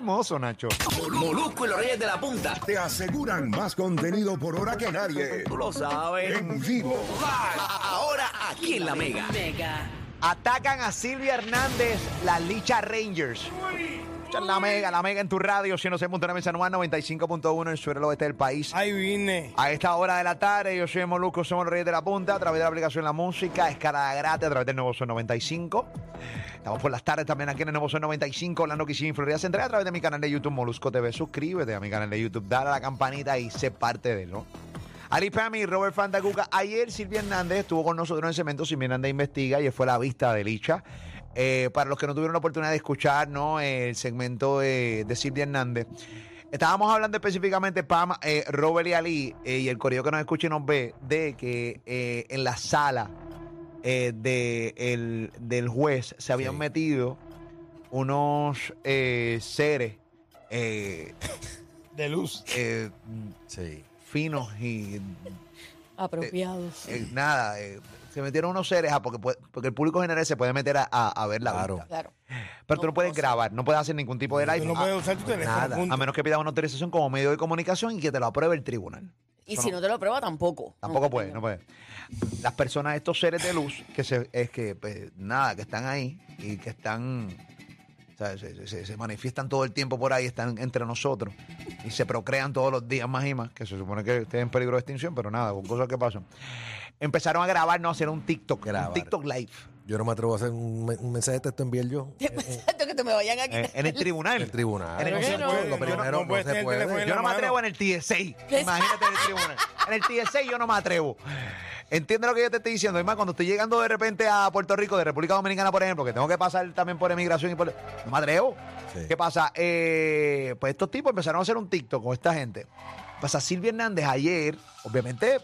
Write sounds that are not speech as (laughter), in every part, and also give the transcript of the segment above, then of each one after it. Hermoso, Nacho. Molusco y los Reyes de la Punta. te aseguran más contenido por hora que nadie. Tú lo sabes. En vivo. Ahora aquí en la Mega. Atacan a Silvia Hernández, las Licha Rangers. Esta es La mega, la mega en tu radio, 106.9 en San Juan, 95.1 en el suelo oeste del país. Ay, vine. A esta hora de la tarde, yo soy Molusco, somos los Reyes de la Punta, a través de la aplicación La Música, Escala Gratis, a través del Nuevo Sol 95. Estamos por las tardes también aquí en el Nuevo Sol 95, Orlando Kissimmee, Florida Central, a través de mi canal de YouTube Molusco TV. Suscríbete a mi canal de YouTube, dale a la campanita y sé parte de él, ¿no? Ari Pami, Robert Fantacuca. Ayer Silvia Hernández estuvo con nosotros en Cemento. Silvia Hernández investiga y fue la vista de Licha. Eh, para los que no tuvieron la oportunidad de escuchar ¿no? Eh, el segmento eh, de Silvia Hernández, estábamos hablando específicamente, Pam, eh, Robert y Ali, eh, y el correo que nos escucha y nos ve, de que eh, en la sala eh, de el- del juez se habían metido unos eh, seres eh, De luz. eh, Sí. finos y apropiados. Eh, nada, eh, se metieron unos seres, ah, porque, puede- porque el público general se puede meter a, a- a ver la Claro. vista. claro. Pero tú no puedes grabar, no puedes hacer ningún tipo de live. no ah, puedes usar tu teléfono, nada, punto. a menos que pidas una autorización como medio de comunicación y que te lo apruebe el tribunal. Y si no te lo prueba, tampoco. Tampoco puede, no puede. Las personas, estos seres de luz, que se, es que, pues, nada, que están ahí y que están, o sea, se, se- se manifiestan todo el tiempo por ahí, están entre nosotros y se procrean todos los días más y más, que se supone que estén en peligro de extinción, pero nada, con cosas que pasan. Empezaron a grabar, no, a hacer un TikTok, un Grabar. TikTok live Yo no me atrevo a hacer un, me- un mensaje de texto enviar yo. (laughs) Exacto, que te me vayan a en, quitar. eh, (laughs) en el tribunal. En el tribunal. En el No se tribunal. puede, lo Yo no- primero no no, puedes se tener puede. (clears throat) teléfono en Yo la no me mano. atrevo en el (laughs) TSA. Imagínate en el tribunal. En el TSA yo no me atrevo. Entiende lo que yo te estoy diciendo. Es más, cuando estoy llegando de repente a Puerto Rico, de República Dominicana, por ejemplo, que tengo que pasar también por emigración y por. No me atrevo. Sí. ¿Qué pasa? Eh, pues estos tipos empezaron a hacer un TikTok con esta gente. Pasa Silvia Hernández ayer, obviamente, eh,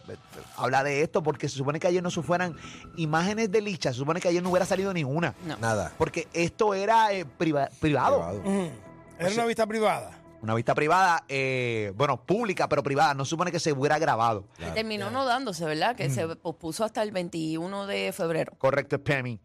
habla de esto porque se supone que ayer no se fueran imágenes de Licha, se supone que ayer no hubiera salido ninguna. No. Nada. Porque esto era eh, priva- privado. Privado. Ujú. Era una vista privada. Una vista privada, eh, bueno, pública, pero privada. No se supone que se hubiera grabado. Y Eh. terminó no dándose, ¿verdad? Mm. Que se pospuso hasta el 21 de febrero. Correcto, Spammy.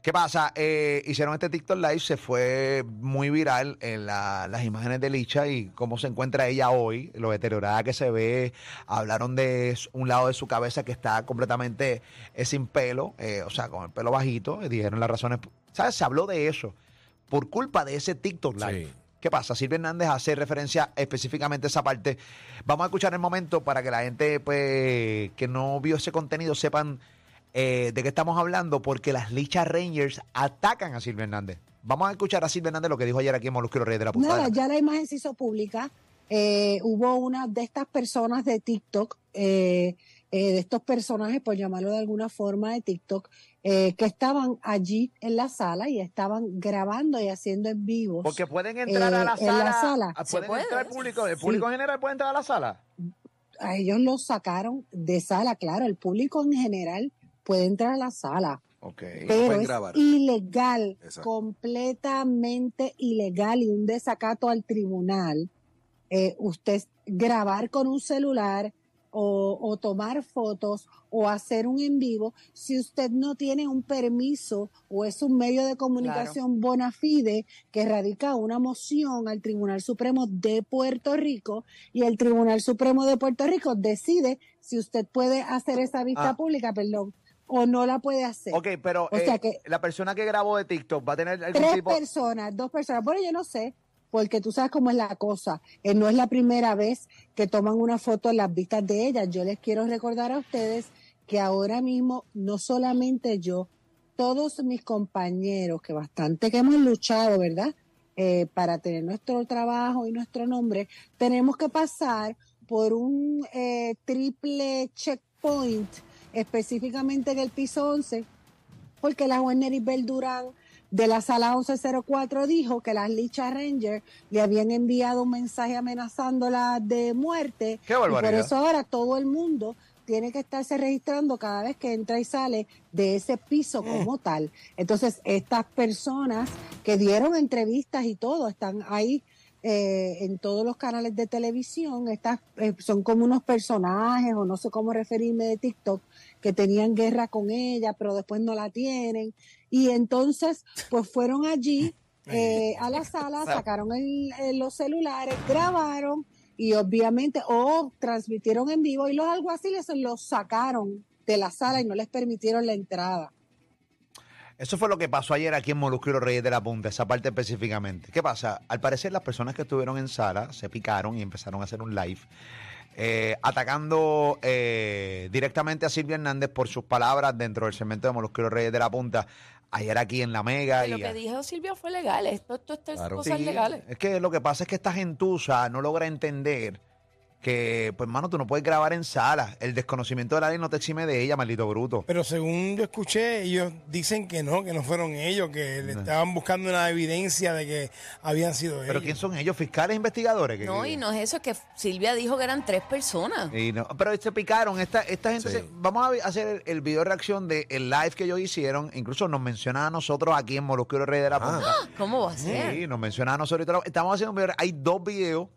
¿Qué pasa? Eh, hicieron este TikTok Live, se fue muy viral en la- las imágenes de Licha y cómo se encuentra ella hoy, lo deteriorada que se ve. Hablaron de s- un lado de su cabeza que está completamente eh, sin pelo, eh, o sea, con el pelo bajito. Y dijeron las razones. ¿Sabes? Se habló de eso por culpa de ese TikTok Live. Sí. ¿Qué pasa? Silvia Hernández hace referencia específicamente a esa parte. Vamos a escuchar el momento para que la gente pues, que no vio ese contenido sepan eh, de qué estamos hablando, porque las Licha Rangers atacan a Silvia Hernández. Vamos a escuchar a Silvia Hernández lo que dijo ayer aquí en Molusco y los Reyes de la Punta. Nada, Adelante. ya la imagen se hizo pública. Eh, hubo una de estas personas de TikTok, eh, eh, de estos personajes, por llamarlo de alguna forma, de TikTok, eh, que estaban allí en la sala y estaban grabando y haciendo en vivo. Porque pueden entrar Eh, a la en la sala. sala. ah, Se Pueden puede. entrar el público. El Sí. público general puede entrar a la sala. A ellos los sacaron de sala, claro, el público en general puede entrar a la sala, Ok. pero Pues, este. pueden es grabar. ilegal, Exacto. completamente ilegal y un desacato al tribunal, eh, usted grabar con un celular o, o tomar fotos o hacer un en vivo si usted no tiene un permiso o es un medio de comunicación bona fide que radica una moción al Tribunal Supremo de Puerto Rico y el Tribunal Supremo de Puerto Rico decide si usted puede hacer esa vista Ah. pública, perdón, o no la puede hacer. Ok, pero O sea eh, que- la persona que grabó de TikTok va a tener algún Tres tipo. personas, dos personas. Bueno, yo no sé, porque tú sabes cómo es la cosa. Eh, no es la primera vez que toman una foto en las vistas de ellas. Yo les quiero recordar a ustedes que ahora mismo, no solamente yo, todos mis compañeros, que bastante que hemos luchado, ¿verdad? Eh, para tener nuestro trabajo y nuestro nombre, tenemos que pasar por un eh, triple checkpoint, específicamente en el piso 11, porque la juez Nery Beldurán de la sala 1104 dijo que las Licha Ranger le habían enviado un mensaje amenazándola de muerte. Qué y por barbaridad. eso ahora todo el mundo tiene que estarse registrando cada vez que entra y sale de ese piso como tal. Entonces, estas personas que dieron entrevistas y todo están ahí eh, en todos los canales de televisión, estas eh, son como unos personajes, o no sé cómo referirme de TikTok, que tenían guerra con ella, pero después no la tienen. Y entonces, pues fueron allí eh, a la sala, sacaron el- eh, los celulares, grabaron y obviamente, o transmitieron en vivo y los alguaciles los sacaron de la sala y no les permitieron la entrada. Eso fue lo que pasó ayer aquí en Molusco y los Reyes de la Punta, esa parte específicamente. ¿Qué pasa? Al parecer las personas que estuvieron en sala se picaron y empezaron a hacer un live eh, atacando eh, directamente a Silvia Hernández por sus palabras dentro del segmento de Molusco y los Reyes de la Punta. Ayer aquí en La Mega. Lo y que dijo Silvia fue legal. Esto, esto, esto es Claro. cosas Sí, Eh, legales. Es que lo que pasa es que esta gentuza no logra entender que, pues, hermano, tú no puedes grabar en sala. El desconocimiento de la ley no te exime de ella, maldito bruto. Pero según yo escuché, ellos dicen que no, que no fueron ellos, que le estaban buscando una evidencia de que habían sido Pero ¿quién ellos. son ellos? ¿Fiscales e investigadores? ¿Qué- No, qué- y no es eso, es que Silvia dijo que eran tres personas. Y no- pero se picaron. Esta, esta gente. se- vamos a vi- hacer el, el video reacción del el live que ellos hicieron. Incluso nos mencionan a nosotros aquí en Molusquero Rey de la Punta. ¿Cómo va a (laughs) ser? Sí, nos mencionan a nosotros. y todo lo- Estamos haciendo un video. Hay dos videos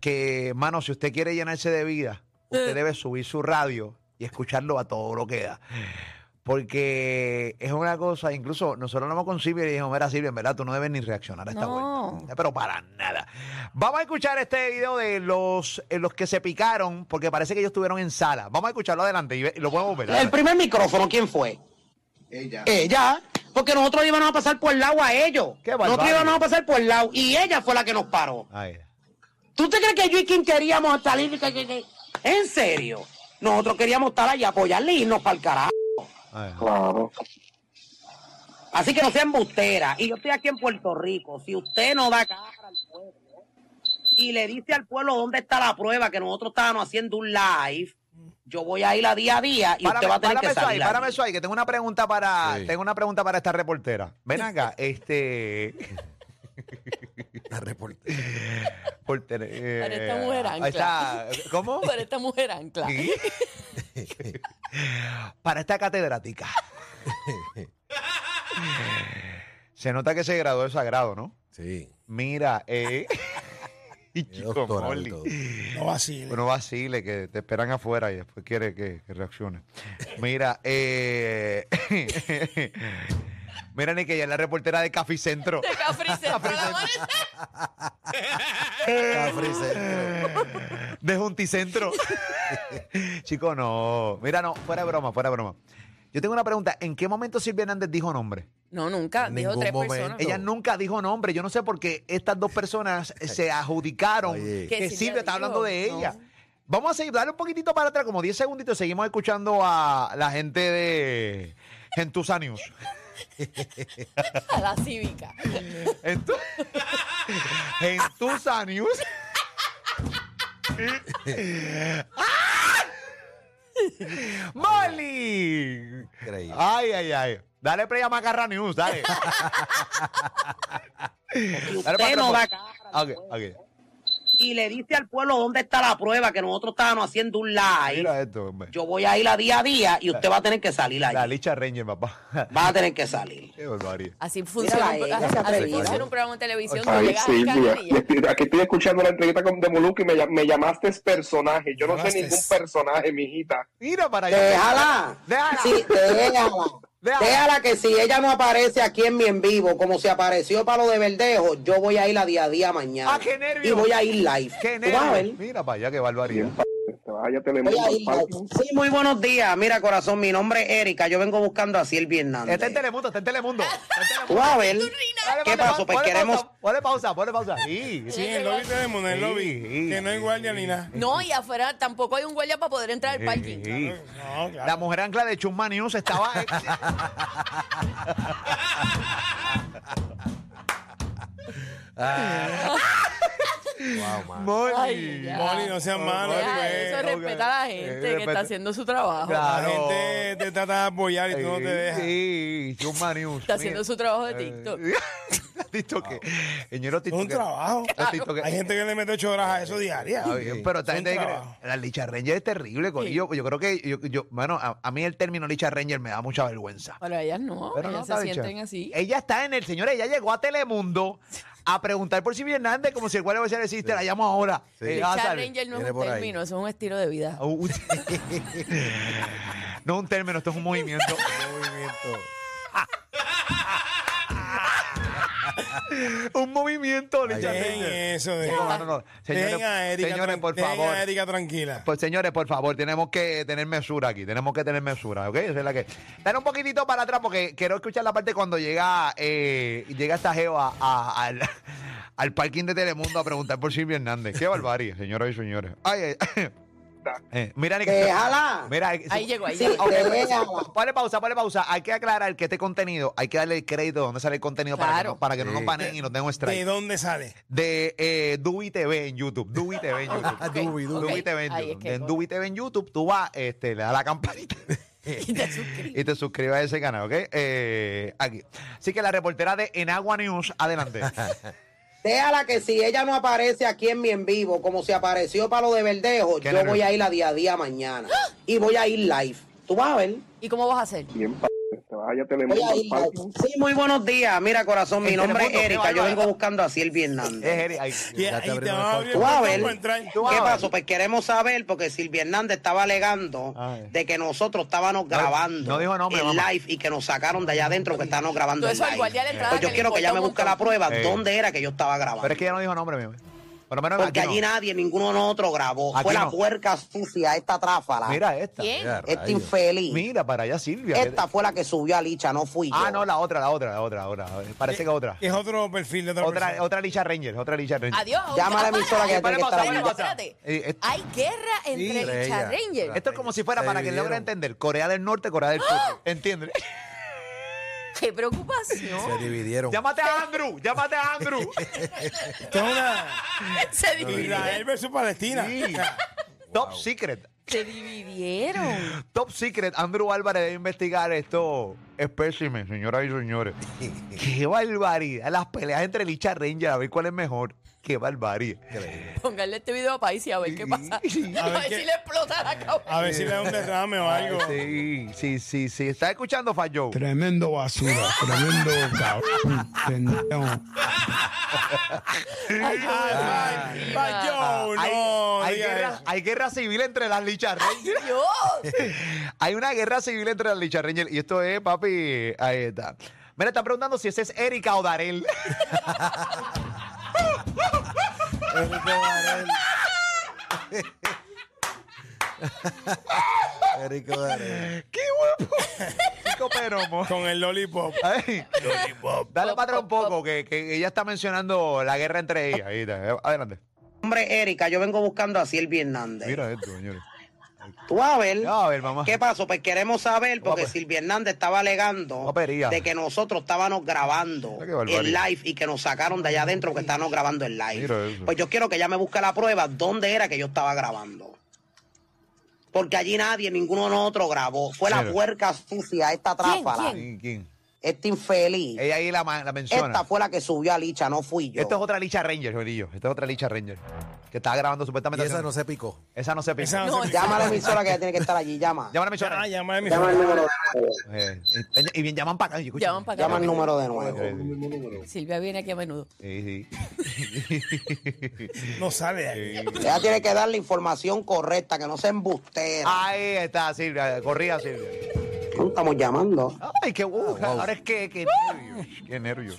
que, mano, si usted quiere llenarse de vida, usted debe subir su radio y escucharlo a todo lo que da. Porque es una cosa, incluso nosotros hablamos con Silvia y le dijimos, mira Silvia, en verdad tú no debes ni reaccionar a esta No. vuelta. Pero para nada. Vamos a escuchar este video de los, eh, los que se picaron, porque parece que ellos estuvieron en sala. Vamos a escucharlo adelante y, ve- y lo podemos ver. El primer micrófono, ¿quién fue? Ella. Ella, porque nosotros le íbamos a pasar por el lado a ellos. Qué barbarie. nosotros le íbamos a pasar por el lado y ella fue la que nos paró. Ahí. ¿Tú te crees que yo y Kim queríamos salir? y que- que- que- En serio, nosotros queríamos estar allá, apoyarle y irnos para el carajo. ahí. Así que no sean bustera. Y yo estoy aquí en Puerto Rico. Si usted no da cara al pueblo y le dice al pueblo dónde está la prueba que nosotros estábamos haciendo un live, yo voy a ir a día a día y usted va Párame, a tener párame que eso ahí, salir. párame allí. eso ahí, que tengo una pregunta para, Sí. tengo una pregunta para esta reportera. Ven (laughs) acá, este La reportera. reportera. eh, Para esta mujer ahí (laughs) ancla. está, ¿Cómo? Pero esta mujer ancla. (laughs) Sí. para esta catedrática. se nota que se graduó de sagrado, ¿no? Sí. Mira, eh. (laughs) y chico, doctorado y Molly. todo. No ¿eh? vacilen. Uno vacile, que te esperan afuera y después quiere que, que reaccione. Mira, eh... (laughs) Mira, ni que ella es la reportera de Caficentro. De Capri (laughs) Centro, la amanecer. Capri Centro. De Junticentro. Chico, no. Mira, no, fuera de broma, fuera de broma. Yo tengo una pregunta. ¿En qué momento Silvia Hernández dijo nombre? No, nunca. En Dijo ningún tres momento. personas. Ella nunca dijo nombre. Yo no sé por qué estas dos (laughs) personas se adjudicaron Oye. que, Que Silvia, Silvia está dijo, hablando de no. ella. Vamos a seguir, dale un poquitito para atrás, como 10 segunditos, y seguimos escuchando a la gente de Gentusa News. (laughs) A la cívica. Gentu- (laughs) Gentusa News. (laughs) ¡Ah! ¡Molly! Increíble. Ay, ay, ay. Dale play a Macarra News, (laughs) dale. Y Dale para usted no da atrás, pues. cara al Ok, pueblo. ok. y le dice al pueblo dónde está la prueba que nosotros estábamos haciendo un live. Mira esto, hombre. Yo voy a ir a día a día y usted va a tener que salir La allí. licha Ranger, papá. (laughs) Va a tener que salir. Qué barbaridad. Así funciona, un, Mírala, ella se así atrevió. funciona un programa de televisión. Tú Ay, llegas al Silvia, canal y me ya. estoy- aquí estoy escuchando la entrevista con de Molusco y me, llam- me llamaste personaje. Yo no Llamaste. sé ningún personaje, mijita. Mira para allá. Déjala. Déjala. Sí, déjala. Déjala. déjala. que si ella no aparece aquí en mi en vivo, como se apareció para lo de Verdejo, yo voy a ir a día a día mañana. Ah, qué nervio. Y voy a ir live. Qué Tú vas a ver. nervio. Mira para allá, qué barbaridad. Te vas allá a Voy Telemundo. a ir pal- live. Sí, muy buenos días. Mira, corazón, mi nombre es Erika. Yo vengo buscando a Silvia Hernández. Está en Telemundo, está en Telemundo. Está en Tú (laughs) Telemundo. vas a ver. Dale, ¿Qué ponle pasó? pa- Pues ponle queremos. pausa, Ponle pausa, ponle pausa. (laughs) Sí, Sí, en el lobby tenemos, en el lobby. Sí, que no hay sí. guardia ni nada. No, y afuera tampoco hay un guardia para poder entrar al parking. sí. No, claro. La mujer ancla de Chumma News estaba. (laughs) Ah. Wow, man. Ay, ya. Molly, no seas malo. Ya, pues. eso respeta a la gente Eh, que respeta. está haciendo su trabajo. La Claro. gente te (laughs) trata de apoyar y tú no te dejas. Sí, Chumma News. Está haciendo mira. su trabajo de TikTok. Eh, (laughs) TikToker. Señores, Es un TikToker. trabajo. Los TikTokers- Hay gente que le mete ocho horas a eso diarias. Está bien, pero Es un también te trabajo. la Licha Ranger es terrible, corillo. Yo creo que, yo, yo- bueno, a, a mí el término Licha Ranger me da mucha vergüenza. Para ellas no, Pero no, ellas está se bien, sienten chévere. así. Ella está en el, señor, ella llegó a Telemundo a preguntar por Silvia Hernández como si el cual existiera existe, la llamo ahora. Eh, vas a Richard saber. Ranger no es Viene un por ahí. término, eso es un estilo de vida. Uh, (laughs) uh, no un término, esto es un movimiento. (laughs) Movimiento. un movimiento, Licha Dejen Ranger. eso, dejen, No, no, no. Señores, dejen a Erika, señores, tran- por dejen favor. a Erika tranquila. Pues señores, por favor, tenemos que tener mesura aquí, tenemos que tener mesura, ¿ok? Esa es la que. Dale un poquitito para atrás porque quiero escuchar la parte cuando llega eh, llega esta jeva a- al, (laughs) al parking de Telemundo a preguntar por Silvia Hernández. Qué barbarie, señoras y señores. Ay, ay, eh, mira, Déjala. Mira, eh, Ahí sí. llegó, ahí Sí, llegó. Ok, pues, déjala. Ponle pausa, ponle pausa. Hay que aclarar que este contenido, hay que darle el crédito de dónde sale el contenido para que, Claro. no, para que no Sí. nos baneen y nos den un ¿De strike. dónde sale? De eh, Dubi TV en YouTube. Dubi TV en YouTube. Ah, Dubi, Ok, Dubi. ok. Dubi TV en Ahí es YouTube. que en voy. Dubi TV en YouTube, tú vas, este, le das la campanita Y te suscribes. y te suscribes a ese canal, ¿ok? Eh, aquí. Así que la reportera de Enagua News, adelante. Déjala que si ella no aparece aquí en mi en vivo, como se apareció para lo de Verdejo, Qué yo voy nervio. a ir a día a día mañana. Y voy a ir live. Tú vas a ver. ¿Y cómo vas a hacer? Bien, pa- te vas allá a Voy Telemundo. a ir al live. parque. Sí, muy buenos días. Mira, corazón, mi En nombre es Telemundo, qué Erika. Yo bárbaro. vengo buscando a Silvia Es Hernández. Jerry, ahí. Y, Ya te ahí te abrieron van el a portón. abrir Tú vas a portón ver. para entrar. Eh, Tú vas ¿Qué a ver. pasó? Pues queremos saber, porque Silvia Hernández estaba alegando Ay. de que nosotros estábamos grabando no dijo nombre, en mamá. live y que nos sacaron de allá adentro que estábamos grabando Todo en eso al live. guardia de entrada Pues yo que le quiero que ella me importa un busque la prueba montón. Sí. dónde era que yo estaba grabando. Pero es que ya no dijo nombre, mi amor. Por lo menos Porque aquí no. allí nadie, ninguno de nosotros grabó. Aquí Fue no. la puerca sucia, esta tráfala. Mira esta. ¿Quién? Este Ya, Esta rayos. infeliz. Mira para allá, Silvia. Esta fue la que subió a Licha, no fui yo. Ah, no, la otra, la otra, la otra, la otra. Eh, Parece que otra. Que Es otro perfil de otra, Otra, persona. otra Licha Ranger, otra Licha Ranger. Adiós. Llama a la emisora que Ay, tiene que estar pero hablando. espérate. Eh, esto- Hay guerra entre entre Richard ellas. Ranger. Esto es como si fuera Se para que logre dividieron. ¡Ah! entender Corea del Norte, Corea del Sur. ¿Entiendes? ¡Qué Se preocupación! dividieron. Llámate a Andrew, llámate a (laughs) Andrew. Esto es una Se, Israel dividieron. versus Palestina. Sí. Top Secret. Se dividieron. Top Secret. Andrew Álvarez debe investigar esto. Espécimen, señoras (laughs) y señores. Qué barbaridad. Las peleas entre Licha Ranger, a ver cuál es mejor. Qué barbaridad. Pónganle este video a País y a ver qué pasa. A ver, qué- si le explota la cabeza. A ver si le da un derrame o algo. Sí, sí, sí, sí. ¿Estás escuchando, Fallo? Tremendo basura, tremendo cabrón, pendejo. Ay, yo- Ah, Ay, ay, yo, Ah, hay, no, hay diga guerra, eso. hay guerra civil entre las Licha Ranger. Dios. (laughs) Hay una guerra civil entre las Licha Ranger. Y esto es, papi. Ahí está. Mira, están preguntando si ese es Erika o Darel. (laughs) Enrique Varela. Enrique Varela. ¡Qué guapo! Chico Peromo. Con el lollipop. Ay. Dale para atrás un poco, que, que ella está mencionando la guerra entre ellas. Ahí está. eh, Adelante. Hombre, Erika, yo vengo buscando a Silvia Hernández. Mira esto, señores. Tú vas a ver. Ya, a ver, mamá. ¿Qué pasó? Pues queremos saber, porque Guapa. Silvia Hernández estaba alegando Guapería. de que nosotros estábamos grabando Mira qué barbaridad. el live y que nos sacaron de allá adentro que estábamos grabando el Mira live. eso. Pues yo quiero que ella me busque la prueba dónde era que yo estaba grabando. Porque allí nadie, ninguno de nosotros grabó. Fue Mira. la puerca sucia, esta ¿Quién? tráfala, ¿Quién? ¿Quién? quién? esta infeliz. Ella ahí la, ma- la menciona. Esta fue la que subió a Licha, no fui yo. Esto es otra Licha Ranger, Jorillo. Esta es otra Licha Ranger. Que estaba grabando Y supuestamente. esa haciendo- no se picó. esa no se pica. Esa No, se- Llama a la emisora que ella tiene que estar allí, llama. Llámala, Michona. Ah, llama a mi Llama al número. Eh, y, y bien, llaman para acá. oye, escucha. Llaman para acá. Llama el número de nuevo. Sí, Silvia viene aquí a menudo. sí. (laughs) sí. No sale de ahí. Ella tiene que dar la información correcta, que no se embustera. Ahí está, Silvia. Corría, Silvia. ¿Cómo estamos llamando? Ay, qué uh, Ah, Ahora es que, qué Ah. nervios. Qué nervios.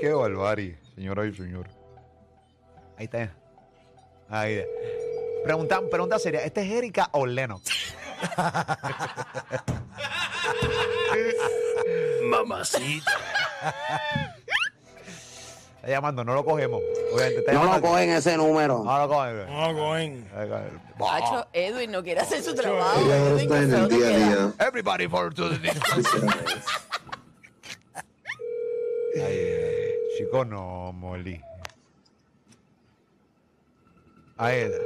Qué barbarie, señora y señor. Ahí está. Ahí está. Pregunta, pregunta seria, ¿este es Erika o Lennox? Mamacita. Está llamando, no lo cogemos. Obviamente, está No lo llamando. cogen ese número. No lo cogen. No, Cohen. Hacho, Edwin no quiere hacer su trabajo. Ella ahora Edwin, está en el ¿dónde día a queda? día. Everybody for today. Chico, no, Molly. Ahí está.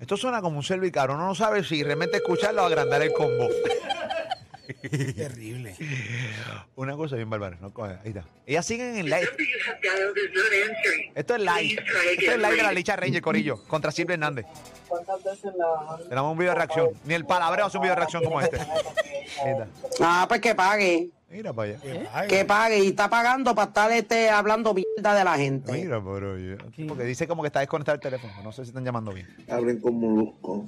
Esto suena como un cervicar. Uno no sabe si realmente escucharlo o agrandar el combo. Terrible. Una cosa bien bárbara. ¿no? Coge, Ahí está. Ellas siguen en live. Esto es live. Esto es live de la Licha Ranger, Corillo, contra Silvia Hernández. ¿Cuántas veces la.? Tenemos un video de reacción. Ni el palabreo hace un video de reacción como (laughs) este. Ahí está. Ah, pues que pague. Mira para Pues, allá. Que pague. Y está pagando para estar este, hablando mierda de la gente. Mira, pero yo- Porque dice como que está desconectado el teléfono. No sé si están llamando bien. Abren con molusco.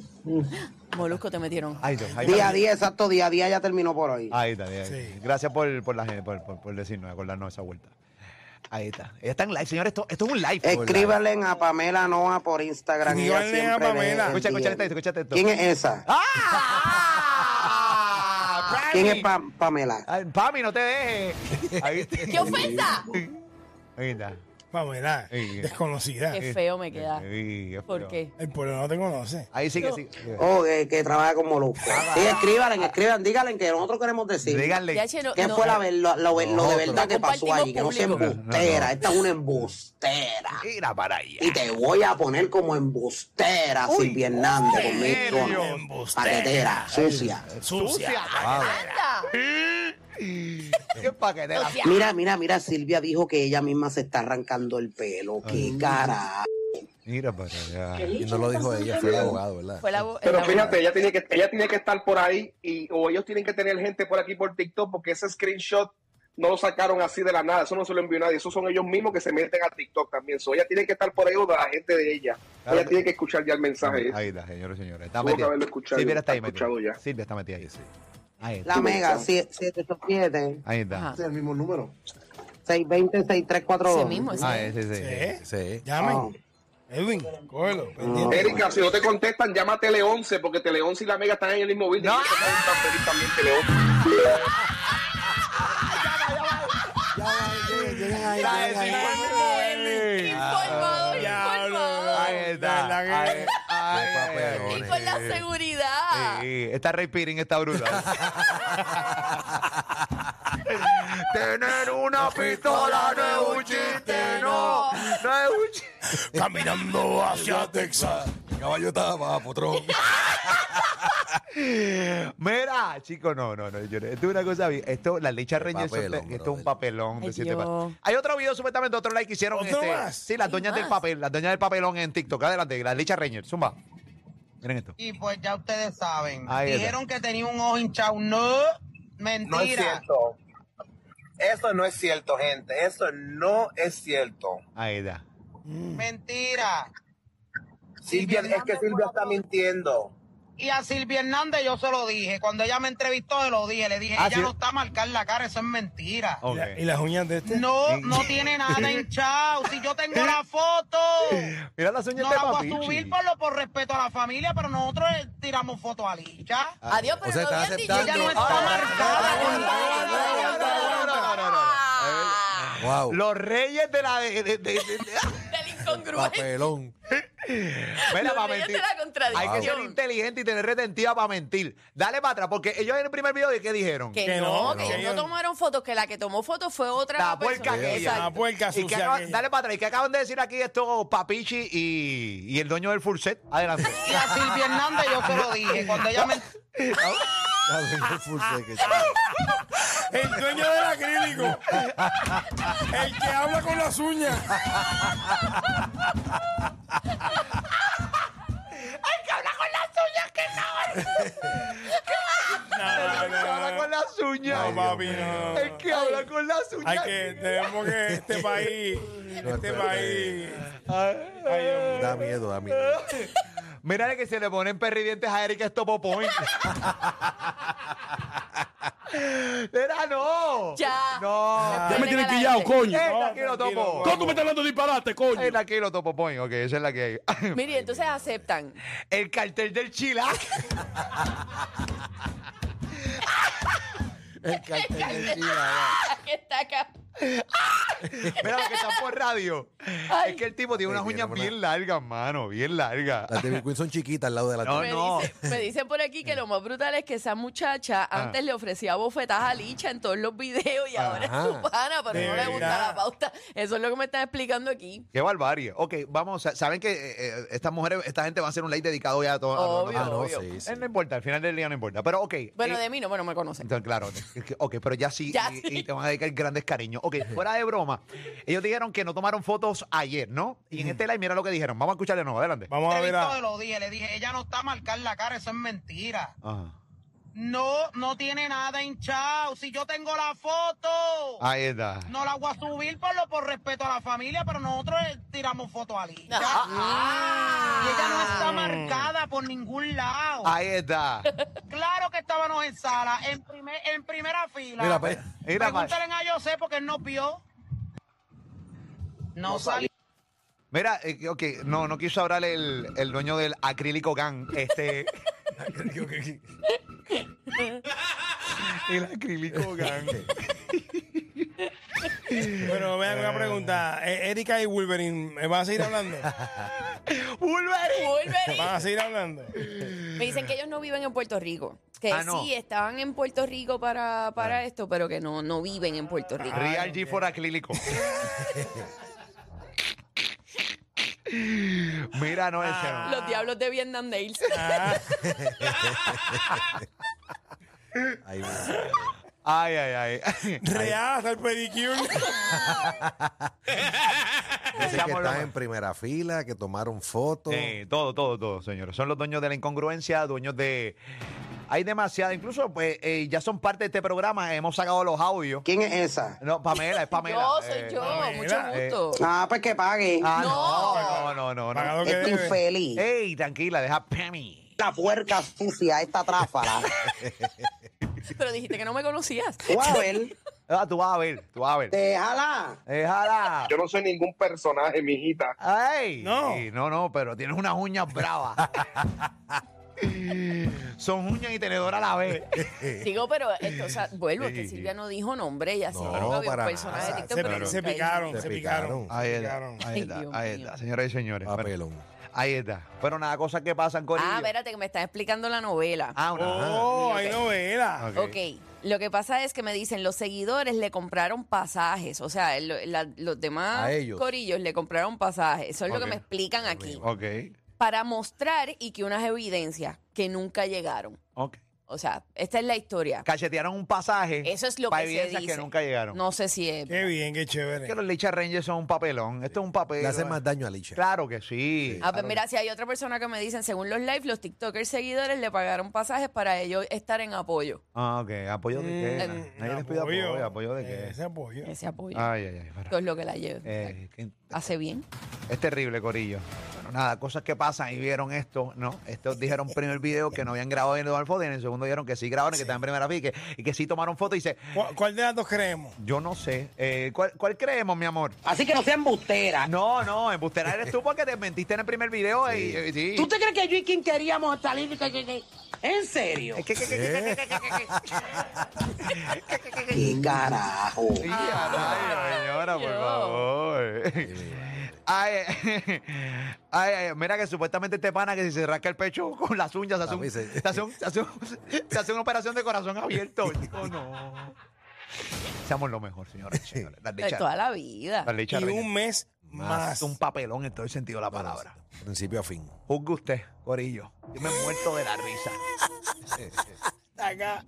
Molusco te metieron. Ahí está. Ahí Día está. a día, exacto, día a día ya terminó por hoy. Ahí está, ahí está. Gracias por, por, la, por, por, por decirnos, acordarnos esa vuelta. Ahí está. Ella está en live, señores. Esto, esto es un live. Escríbanle a Pamela Noa por Instagram. ella Escríbanle a siempre le Pamela. Escucha, envía. escucha esto, escucha esto. ¿Quién es esa? ¿Quién es Pam- Pamela? Ay, Ah, Pami, no te dejes. Ahí te- ¡Qué ofensa! Ahí está. Pamela, Sí. desconocida. Qué feo me queda. Sí, qué ¿Por feo. qué? El pueblo no te conoce. Ahí sigue, No. sigue. Oh, eh, que trabaja con Molusco. Sí, escríbanle, escriban, díganle que nosotros queremos decir. Díganle. Ya, che, no- ¿Qué no- fue la, ver- lo, lo- lo No, de pero- verdad que pasó Compartimos allí? Que no se público. embustera. Esta es una embustera. Mira para allá. Y te voy a poner como embustera, Uy, Silvia Hernández, con mi serio. paquetera, sucia. Sucia. ¡Anda! Qué paquetera. Mira, mira, mira, Silvia dijo que ella misma se está arrancando el pelo. ¡Qué carajo! Mira para allá. Y no lo dijo ella, fue el abogado, ¿verdad? Fue la, Pero la- fíjate, ella tiene, que, ella tiene que estar por ahí y, o ellos tienen que tener gente por aquí por TikTok porque ese screenshot no lo sacaron así de la nada, eso no se lo envió nadie, esos son ellos mismos que se meten a TikTok también. So, ella tiene que estar por ahí o de la gente de ella. Claro que- Ella tiene que escuchar ya el mensaje. ese. Ahí está, señores y señores. Está Tuvo que metida. haberlo escuchado, Silvia está ahí escuchado metida. ya. Silvia está metida ahí. Ahí está. La mega, 787 Ahí está. Ajá. el mismo número. 620 Ese 6342 mismo, ese. Ah, sí, sí. ¿Eh? Sí. Ah. Llamen. Edwin, cógelo. pendiente. Erika, si no te contestan, llama a Tele 11 porque Tele 11 y la Mega están en el mismo building. Ellos están feliz también, Tele 11. Ya, ya, ya, ya, ya, Ya, ya, ya. Informado, Ya, informado. Ahí está. La Ahí- que- ahí- papelones. Y con la seguridad. Sí, Esta respiring está (laughs) brutal. Tener una pistola no es un chiste, no. No es un chiste. Caminando hacia Texas. Caballo estaba, potrón. Mira, chicos, no, no, no. yo no- esto es una cosa. bien- Esto, la leche Rangers, esto- papelón, esto es un brother. papelón. de Ay, siete Dios. pa- Hay otro video, supuestamente, otro like que hicieron. ¿Otro este, más? Sí, las dueñas del más? papel, las dueñas del papelón en TikTok. Adelante, la leche Rangers, zumba. Miren esto. Y pues ya ustedes saben. Ahí está. Dijeron que tenía un ojo hinchado. No, mentira. No es cierto. Eso no es cierto, gente. Eso no es cierto. Ahí está. Mentira. Silvia, es que Hernández Silvia fue está la- mintiendo. Y a Silvia Hernández yo se lo dije. Cuando ella me entrevistó, se lo dije. Le dije, Ah, ella sí. no está a marcar la cara. Eso es mentira. Y Ok. la- ¿Y las uñas de este? (laughs) No, no tiene nada hinchado. Si yo tengo la (laughs) foto, Mira las uñas no Este de la voy a Papichi. subir por, Ah, lo, por respeto a la familia, pero nosotros eh, tiramos foto a Licha. Adiós, O pero sea, lo estás habían dicho. aceptando. Ella no está Ah, marcada. ah, ah, No, no, no, no, no, Ah, Wow. Los reyes de la. de- de- de- (laughs) de- Del incongruente. Papelón. Mira, Los para reyes de mentir. la contradicción. Hay que ser inteligente y tener retentiva para mentir. Dale para atrás, porque ellos en el primer video, ¿de qué dijeron? Que, Que no, no, que que no no. tomaron fotos, que la que tomó fotos fue otra La puerca persona. aquella. La Exacto. puerca ¿Y qué sucia. acaban- aquella. dale para atrás. ¿Y qué acaban de decir aquí estos papichi y, y el dueño del full set? (laughs) Adelante. Y a Silvia Hernández yo se lo dije. Cuando ella Ah, me... Ya vengo full seque. El dueño (laughs) del acrílico. El que habla con las uñas. El que (laughs) Que habla con las uñas. No, papi, no. El que habla con las uñas. Hay que, tenemos que este país, este espérate. país. Da miedo, da miedo. Mira que se le ponen perridientes a Erika Estopo Point. (laughs) Era no. Ya. No. Ya me tienes pillado, coño. Es aquí lo topo. tranquilo, tú me estás hablando disparate, coño? Es aquí lo topo Point. Ok, esa es la que hay. (laughs) Mire, entonces aceptan. El cartel del Chila. (laughs) El cartel de China. Aquí está acá. Mira lo que está por radio. Es que el tipo tiene unas uñas bien largas, mano, bien largas. Las de Bill eh. Queen son chiquitas al lado de la No, tuya. no. Me dicen por aquí que lo más brutal es que esa muchacha Ah. antes le ofrecía bofetadas a Licha en todos los videos y ahora Ajá. es su pana, pero De no le gusta verdad. la pauta. Eso es lo que me están explicando aquí. Qué barbarie. Ok, vamos, sa- saben que eh, eh, estas mujeres, esta gente va a hacer un like dedicado ya a todo. a todo- Obvio, a todo- obvio. Eh, No importa, al final del día no importa. Pero ok. Bueno, eh, de mí no, bueno, me conocen. Entonces, claro, es que- ok, pero ya sí, Ya y, sí. y te van a dedicar grandes cariños. Ok, fuera de broma, ellos dijeron que no tomaron fotos ayer, ¿no? Y en este live, mira lo que dijeron. Vamos a escucharle de nuevo, adelante. Vamos Entrevistó de lo dije, le dije, ella no está a marcar la cara, eso es mentira. No, no tiene nada hinchado. Si yo tengo la foto, Ahí está. no la voy a subir por, lo, por respeto a la familia, pero nosotros eh, tiramos fotos a Licha. Ah. Y ella no está marcada por ningún lado. Ahí está. Claro que estábamos en sala, en, primer, en primera fila. Mira pa' allá. Mira pa' allá. Pregúntale a José porque él nos vio. No salió. Mira, eh, ok, no, no quiso hablar el, el dueño del acrílico gang. (laughs) Este. el (laughs) acrílico gang. Bueno, me hago una pregunta. Eh, Erika y Wolverine, ¿eh, ¿van a seguir hablando? ¡Wolverine! (laughs) (laughs) Wolverine. ¿Van a seguir hablando? Me dicen que ellos no viven en Puerto Rico. Que Ah, no. sí, estaban en Puerto Rico para, para esto, pero que no, no viven en Puerto Rico. Ah. Real G for acrílico. (laughs) Mira, no, ese no. Los diablos de Vietnam Nails. Ay, (laughs) ay, ay. Real hasta el pedicure. Dicen que están en primera fila, que tomaron fotos. Sí, todo, todo, todo, señores. Son los dueños de la incongruencia, dueños de... Hay demasiada, incluso pues eh, ya son parte de este programa, hemos sacado los audios. ¿Quién es esa? No, Pamela, es (laughs) Pamela. eh, Yo soy yo, mucho gusto. Ah, pues que pague. Ah, Eh. no, no, no, no. Paga lo que Este debe. infeliz. Ey, tranquila, deja Pammy. La puerca sucia, esta tráfala. pero dijiste que no me conocías. Ah, tú vas a ver, tú vas a ver. Déjala. Déjala. Yo no soy ningún personaje, mijita. Ay, no. no, no, pero tienes unas uñas bravas. Son uñas y tenedor a la vez. Digo, pero esto, (laughs) o sea, vuelvo, es que Sí. Silvia no dijo nombre, ella sí No, dijo que había para Ah, un personaje nada. de TikTok, Se- pero se nunca dijo picaron, nombre. se picaron. Ahí se está, picaron. ahí Ay, está, Dios ahí mío. está, señoras y señores. Bueno, Papelón. ahí está. Pero nada, cosas que pasan con Ah, espérate, que me están explicando la novela. Ah, una- Oh, Ok. hay novela. Ok, lo que pasa es que me dicen, los seguidores le compraron pasajes, o sea, lo- la- los demás A ellos. corillos le compraron pasajes, eso es lo Ok. que me explican aquí, Ok, para mostrar y que unas evidencias que nunca llegaron. ok. O sea, esta es la historia. Cachetearon un pasaje. Eso es lo pa' que se evidencias dice. que nunca llegaron. No sé si es... Qué bien, qué chévere. Que los Licha Rangers son un papelón. Esto es un papel. Le hace más daño a Licha. Claro que sí. Ah, pues Claro mira, si hay otra persona que me dicen, según los live, los TikTokers seguidores le pagaron pasajes para ellos estar en apoyo. Ah, ok. ¿Apoyo de qué? Mm. Nadie les pide Apoyo. Eh, apoyo. ¿Apoyo de qué? Ese apoyo. Ese apoyo. Ay, ay, ay. para. Esto es lo que la lleva. Ah. Eh, que- Hace bien. es terrible, Corillo. Bueno, nada, cosas que pasan y vieron esto, ¿no? Estos dijeron primer video que no habían grabado en Eduardo Foden, en el segundo dijeron que sí grabaron, que estaban en primera fila y que, y que sí tomaron fotos. Y dice, ¿Cuál, cuál de las dos creemos? yo no sé, eh, ¿cuál, cuál creemos, mi amor? Ah, Así que no sea embustera. No, no, embustera eres tú porque te mentiste en el primer video y, y- sí. ¿Tú te crees que yo y Kim queríamos salir? y que- que- que- ¿En serio? ¿Qué, qué, qué, qué, qué, qué, qué, qué, ¿Qué carajo? qué? Ah, Ay, señora, por favor. Ay, ay, ay, mira que supuestamente este pana que si se rasca el pecho con las uñas se hace, un- se hace un- se hace un- se hace una operación de corazón (laughs) abierto. Oh, no. Seamos lo mejor, señores. y señores. Las De lechas- toda la vida. las lechas Y reinas. un mes más. Un papelón en todo el sentido de la palabra. Principio a fin. Juzgue usted, Corillo. Yo me he muerto de la risa. (laughs) Acá.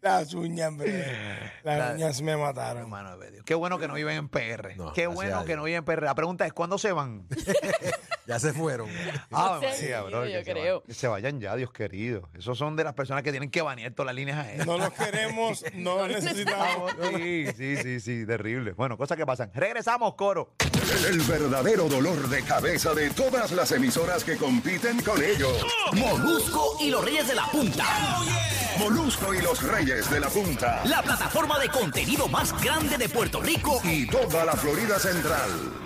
Las uñas, hombre. Las La- uñas me mataron. (laughs) Hermano de Dios. Qué bueno que no viven en PR. No, Qué gracias a bueno que Dios. no viven en PR. La pregunta es, ¿cuándo se van? Ya se fueron. (laughs) Ah, No sé, yo que se creo. vayan- que se vayan ya, Dios querido. Esos son de las personas que tienen que banear todas las líneas aéreas. No los queremos, no los necesitamos. Sí, sí, sí, sí, terrible. Bueno, cosas que pasan. Regresamos, coro. El verdadero dolor de cabeza de todas las emisoras que compiten con ellos. Molusco y los Reyes de la Punta. Molusco y los Reyes de la Punta. La plataforma de contenido más grande de Puerto Rico. Y toda la Florida Central.